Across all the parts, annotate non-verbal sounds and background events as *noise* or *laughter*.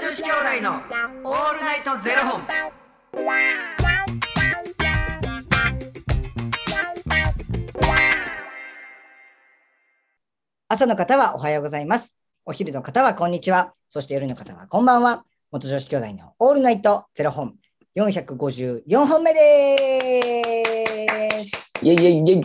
子兄弟のオールナイトゼロ本。朝の方はおはようございます。お昼の方はこんにちは。そして夜の方はこんばんは。元女子兄弟のオールナイトゼロ本454本目です。いやいやいや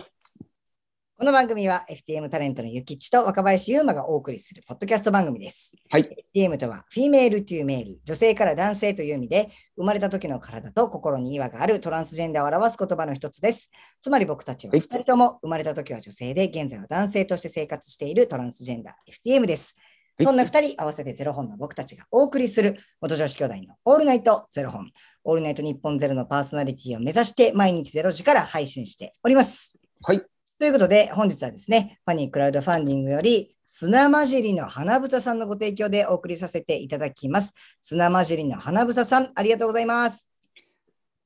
この番組は FTM タレントのゆきっちと若林優馬がお送りするポッドキャスト番組です。はい。 FTM とはフィメールというメール、女性から男性という意味で、生まれた時の体と心に違和があるトランスジェンダーを表す言葉の一つです。つまり僕たちはは2い人とも生まれた時は女性で、現在は男性として生活しているトランスジェンダー FTM です。はいそんな2人合わせてゼロ本の僕たちがお送りする元女子兄弟のオールナイトゼロ本、オールナイト日本ゼロのパーソナリティを目指して毎日0時から配信しております。はい。ということで、本日はですね、ファニークラウドファンディングより、砂混じりの花房さんのご提供でお送りさせていただきます。砂混じりの花房さん、ありがとうございます。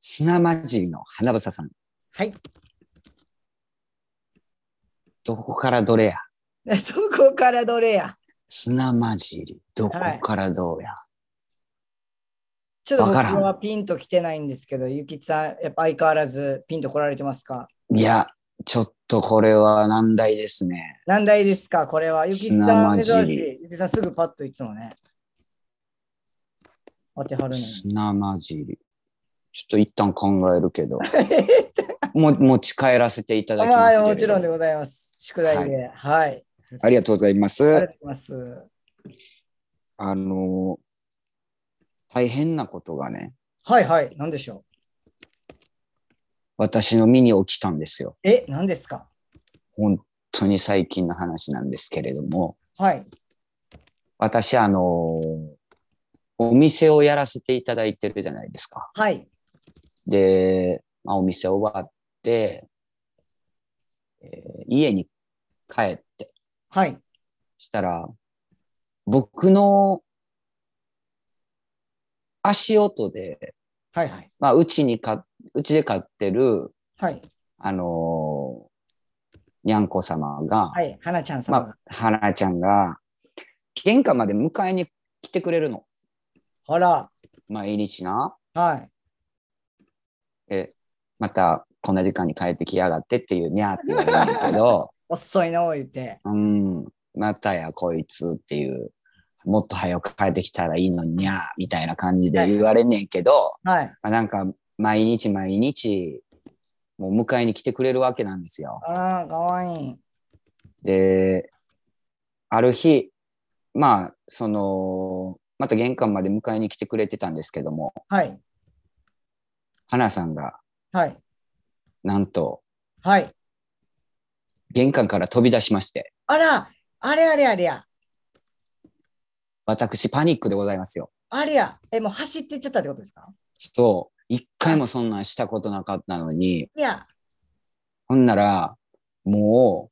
砂混じりの花房さん。 *laughs* はい。どこからどれやどこからどれや砂混じり。どこからどうや、ちょっと僕わからんはピンと来てないんですけど、ゆきつさん、やっぱ相変わらずピンと来られてますかい、や、ちょっとこれは難題ですね。難題ですかこれは。ゆきつ砂さん、混珍じりしい。ゆきつさん、すぐパッといつもね。当てはるのに。砂混じり。ちょっと一旦考えるけ *laughs* ど。も持ち帰らせていただきますけれあど。もちろんでございます。宿題で。はい。ありがとうございまありがす。とうございます。あの、大変なことがね、はいはい。何でしょ私の身に起きたんですよ。うえ、何ですか本当に最近の話なんですけれども。はい。私、あのーお店をやらせていただいてるじゃないですか。はい。で、まあ、お店終わって、えー家に帰って、はい。したら、僕の足音で、はいはい。まあ、うちにか、うちで飼ってる、はい。あのーにゃんこ様が、はい。花ちゃんさん。まあ、はなちゃんが、玄関まで迎えに来てくれるの。あら。毎日な。はい。え、またこんな時間に帰ってきやがってっていうにゃーって言われるんだけど、遅いの言って。うん、またやこいつっていう、もっと早く帰ってきたらいいのにゃーみたいな感じで言われんねんけど、はい。まあ、なんか毎日毎日、もう迎えに来てくれるわけなんですよ。あら、かわいい。で、ある日、まあ、その、また玄関まで迎えに来てくれてたんですけども、はい。花さんが、はい。なんと、はい。玄関から飛び出しまして、あら。あれあれあれや。私パニックでございますよ。あれや。え、もう走っていっちゃったってことですかそう。一回もそんなんしたことなかったのに、いや。ほんなら、も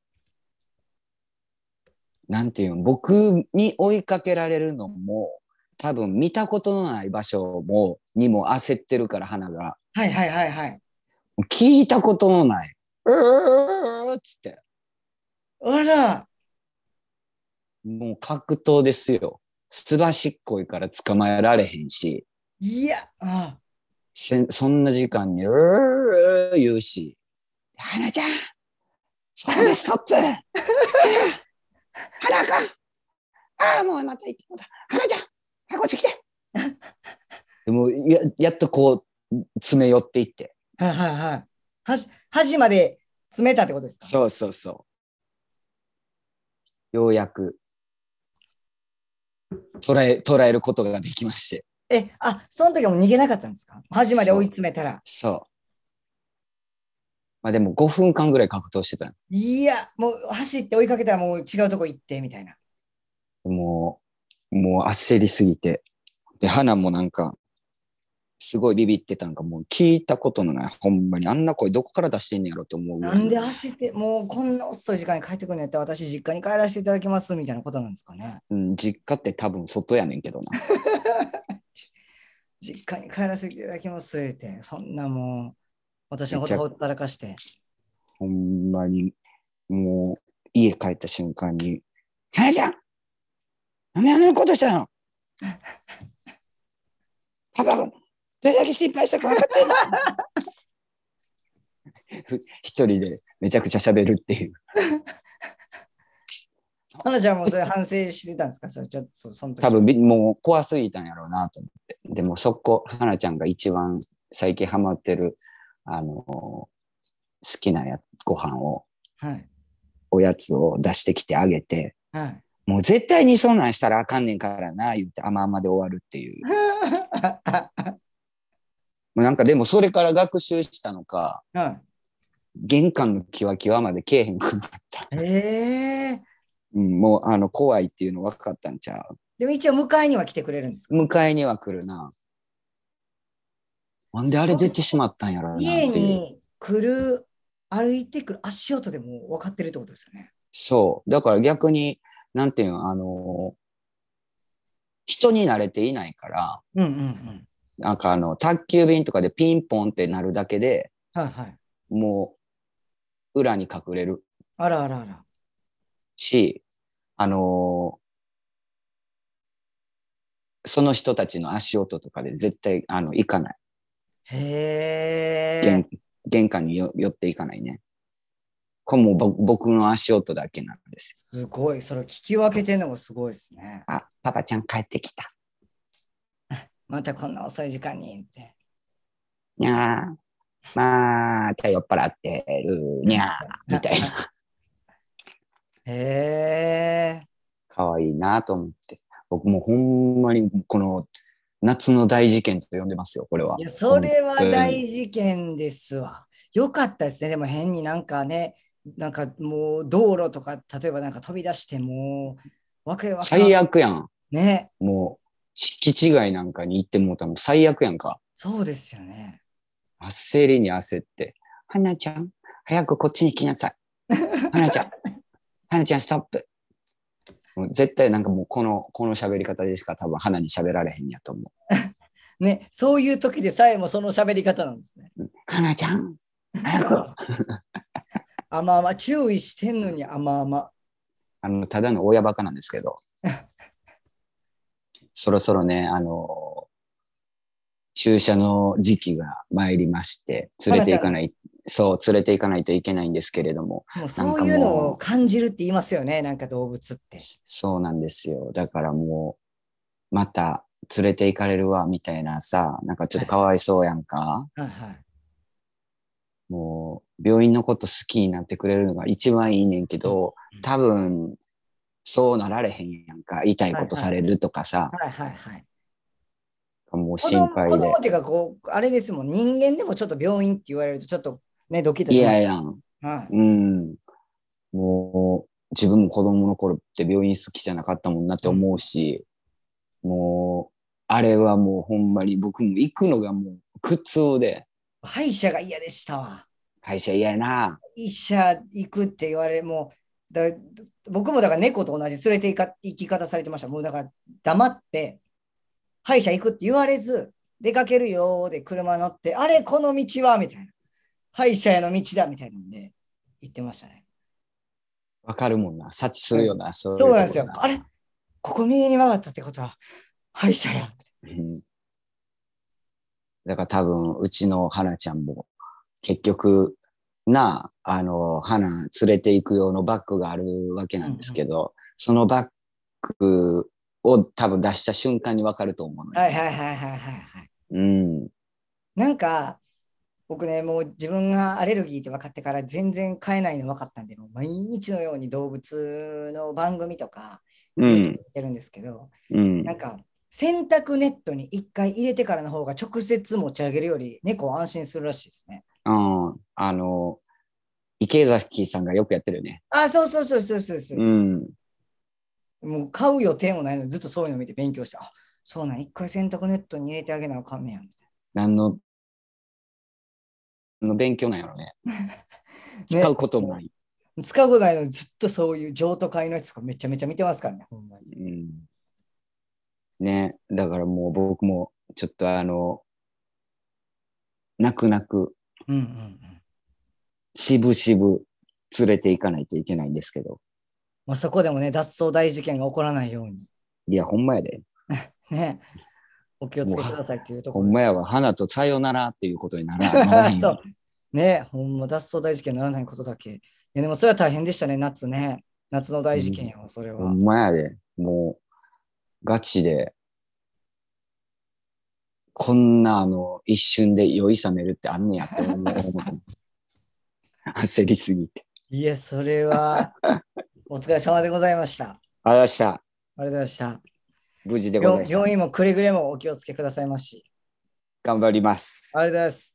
う、なんていうの、僕に追いかけられるのも、多分見たことのない場所も、にも焦ってるから、花が。はいはいはいはい。聞いたことのない。うーっつって。あら。もう格闘ですよ。すばしっこいから捕まえられへんし、いや。あせそんな時間に、うー言うし、花ちゃん、花ストップ花花かああ、もうまた行ってもうた。花ちゃん早くこっち来てでもや、やっとこう、詰め寄っていって。はいはいはい。はし、端まで詰めたってことですかそうそうそう。ようやく、捉え、捉えることができまして。え、あ、その時はもう逃げなかったんですか端まで追い詰めたら。そう。まあでも5分間ぐらい格闘してたのいや、もう走って追いかけたらもう違うとこ行ってみたいな。もう、もう焦りすぎて。で、花もなんか、すごいビビってたんか、もう聞いたことのない、ほんまに。あんな声どこから出してんねやろって思う。なんで走って、もうこんな遅い時間に帰ってくるんやったら私実家に帰らせていただきますみたいなことなんですかね。うん、実家って多分外やねんけどな。実家に帰らせていただきますって、そんなもう、私のことほったらかして。ほんまに、もう、家帰った瞬間に、花ちゃんなんであんなことしたのパパも、どれだけ心配したか分かってん *laughs* のふ一人でめちゃくちゃ喋るっていう。はなちゃんもそれ反省してたんですかそれちょっとそその時多分びもう怖すぎたんやろうなと思って。でもそこ、花ちゃんが一番最近ハマってる、あのー好きなやご飯を、はい。おやつを出してきてあげて、はい。もう絶対にそんなんしたらあかんねんからな、言って甘々で終わるっていう。もうなんかでもそれから学習したのか、は玄関のキワキワまでけえへんくな *laughs* った。い、えー、うん、もうあの怖いっていうの分かったんちゃう。でも一応迎えには来てくれるんですか迎えには来るな。なんであれ出てしまったんやろうなっていう。家に来る、歩いてくる足音でもう分かってるってことですよね。そう。だから逆に、なんていうの、あの、人に慣れていないから、うんうんうん。なんかあの、宅急便とかでピンポンってなるだけではいはい。もう、裏に隠れるあらあらあら。し、あの、その人たちの足音とかで絶対、あの、行かない。へえ。玄玄関によ寄っていかないね。これもうぼ僕の足音だけなんですよ。すごい。それを聞き分けてるのがすごいですね。あ、パパちゃん帰ってきた。またこんな遅い時間にって。にゃー、まあ、じゃあ酔っ払ってる、にゃー、みたいな。 *laughs* へえ。可愛いなと思って。僕もうほんまに、この、夏の大事件と呼んでますよ、これは。いや、それは大事件ですわ。よかったですね。でも変になんかね、なんかもう道路とか、例えばなんか飛び出してもう、わけわからん最悪やん。ね。もう、敷地外なんかに行ってもうたらもう最悪やんか。そうですよね。焦りに焦って。はなちゃん、早くこっちに来なさい。はなちゃん、はなちゃん、ストップ。もう絶対なんかもうこの、この喋り方でしか多分花に喋られへんやと思う。ね、そういう時でさえもその喋り方なんです *laughs* ね。はなちゃん、早く。あまあまあ、注意してんのにあまあまあ。あの、ただの親バカなんです *laughs* けど、そろそろね、あの、注射の時期が参りまして、連れていかない、そう、連れていかないといけないんですけれども、もうそういうのを感じるって言いますよね、なんか動物って。そうなんですよ。だからもう、また連れて行かれるわ、みたいなさ、なんかちょっとかわいそうやんか。はいはい。もう、病院のこと好きになってくれるのが一番いいねんけどうん、多分、そうなられへんやんか。痛いことされるとかさ、はいはいはい。もう子心供配子で供。っていうか、こう、あれですもん、人間でもちょっと病院って言われると、ちょっとね、ドキッといしますやいやん。はいうん。もう、自分も子供の頃って病院好きじゃなかったもんなって思うし、もう、あれはもうほんまに僕も行くのがもう苦痛で、歯医者が嫌でしたわ。会社嫌やな。医者行くって言われ、もう、だ僕もだから猫と同じ連れて行か行き方されてました。もうだから黙って、歯医者行くって言われず、出かけるよーで車乗って、あれ、この道はみたいな。歯医者への道だみたいなんで、行ってましたね。わかるもんな。察知するよな。そういそううとこなんですよ。あれ、ここ右に曲がったってことは、歯医者や。うんだから多分、うちの花ちゃんも、結局、なあ、あの、花連れて行く用のバッグがあるわけなんですけど、そのバッグを多分出した瞬間にわかると思うのよはいはいはいはいはいはい。うん。なんか、僕ね、もう自分がアレルギーって分かってから全然飼えないの分かったんで、もう毎日のように動物の番組とかう見ん。てるんですけど、うんな。んか洗濯ネットに一回入れてからの方が直接持ち上げるより猫は安心するらしいですね。うんあの、池崎さんがよくやってるよね。あ、そうそうそうそうそうそううそう、ん。もう買う予定もないのにずっとそういうの見て勉強して、あ、そうなん、一回洗濯ネットに入れてあげなあかんねやみたい何の、の勉強なんやろね。ね使うこともない。な。使うことないのにずっとそういう譲渡会のやつとかめちゃめちゃ見てますからね、ほんまに。うん。ね。だからもう僕も、ちょっとあの、泣く泣く、うんうんうん。しぶしぶ連れて行かないといけないんですけど。まあ、そこでもね、脱走大事件が起こらないように。いや、ほんまやで。ね。お気をつけてくださいっていうとこほろんでまやわ、花とさよならっていうことにならならへ *laughs* ん。そうねほんま脱走大事件にならないことだけ。いやでもそれは大変でしたね、夏ね。夏の大事件よ、それは。ほんまやで、もう、ガチで、こんなあの、一瞬で酔い冷めるってあんねやって *laughs* 思う思った焦りすぎて。いや、それはお疲れ様でございました。ありがとうございました。ありがとうございました。無事でござい病ました。病院もくれぐれもお気をつけくださいまし。頑張ります。ありがとうございます。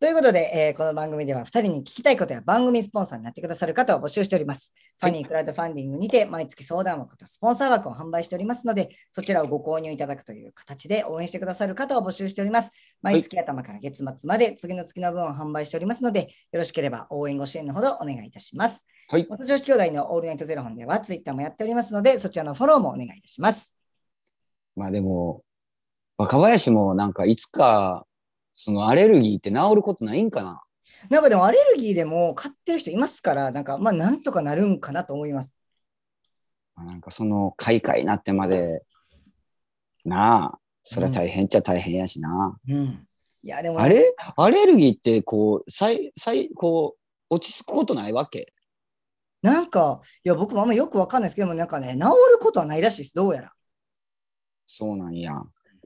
ということで、えーこの番組では2人に聞きたいことや番組スポンサーになってくださる方を募集しております。ファニークラウドファンディングにて毎月相談枠とスポンサー枠を販売しておりますので、そちらをご購入いただくという形で応援してくださる方を募集しております。毎月頭から月末まで次の月の分を販売しておりますので、よろしければ応援ご支援のほどお願いいたします。はい元女子兄弟のオールナイトゼロ本ではツイッターもやっておりますので、そちらのフォローもお願いいたします。まあでも、若林もなんかいつか、そのアレルギーって治ることないんかななんかでもアレルギーでも買ってる人いますから、なんかまあなんとかなるんかなと思います。まあなんかその、開会になってまで、なあ、そりゃ大変っちゃ大変やしな。うん。いやでもあれアレルギーってこう、最、最、こう、落ち着くことないわけなんか、いや僕もあんまよくわかんないですけども、なんかね、治ることはないらしいです、どうやら。そうなんや。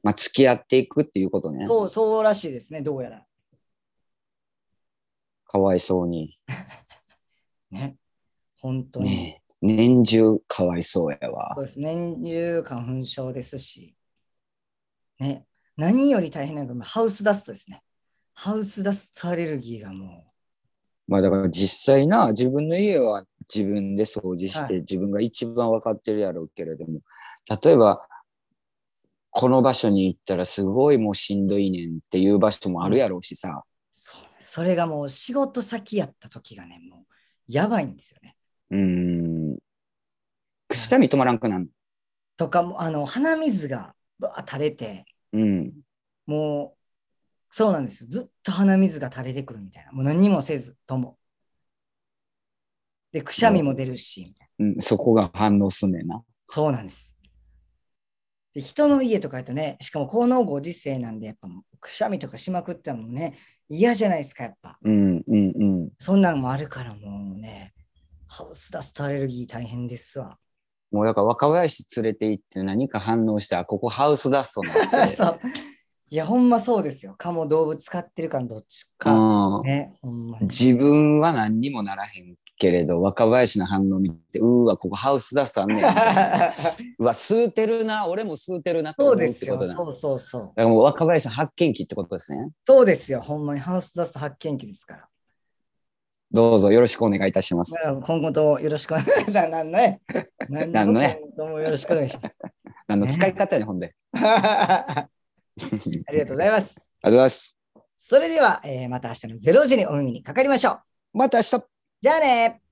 まあ、付き合っていくっていうことね。そう、そうらしいですね、どうやら。かわいそうに。ね。本当に。ねえ年中かわいそうやわそ。うです。年中花粉症ですし。ね。何より大変なのがまあハウスダストですね。ハウスダストアレルギーがもまあだから実際な自分の家は自分で掃除して自分が一番分かってるやろうけれども、例えばこの場所に行ったらすごいもうしんどいねんっていう場所もあるやろうしさ、う、そうそれがもう仕事先やった時がね、もうやばいんですよね。うーんくしゃみ止まらんくなる、とかもあの鼻水がばー垂れてうん、もうそうなんですよずっと鼻水が垂れてくるみたいなもう何もせずともでくしゃみも出るしみたいなうん、そこが反応すんねんな。そうなんですで人の家とかやとねしかも効能ご時世なんでやっぱもうくしゃみとかしまくってもね嫌じゃないですかやっぱうんうんうん。そんなんもあるからもうねハウスダストアレルギー大変ですわもうだから若林連れて行って何か反応したらここハウスダストなんで *laughs* そういやほんまそうですよかも動物使ってるかのどっちか、うんね、ほんまに。自分は何にもならへんけれど若林の反応見てうーわここハウスダストあんねんみた *laughs* いなうわ吸うてるな俺も吸うてるな *laughs* ってそ思ううでっすてこよ。とだだかそうそうそう。らもう若林さん発見機ってことですねそうですよ。ほんまにハウスダスト発見器ですから。どうぞよろしくお願いいたしますだから今後ともよろしくお願 *laughs* いななんね。なんのね。今後ともよろしくお願いします。 *laughs* あの使い方やねほんであ *laughs* ありがとうございます。りがとうございますそれでは、えーまた明日の0時にお耳にかかりましょう。また明日じゃあね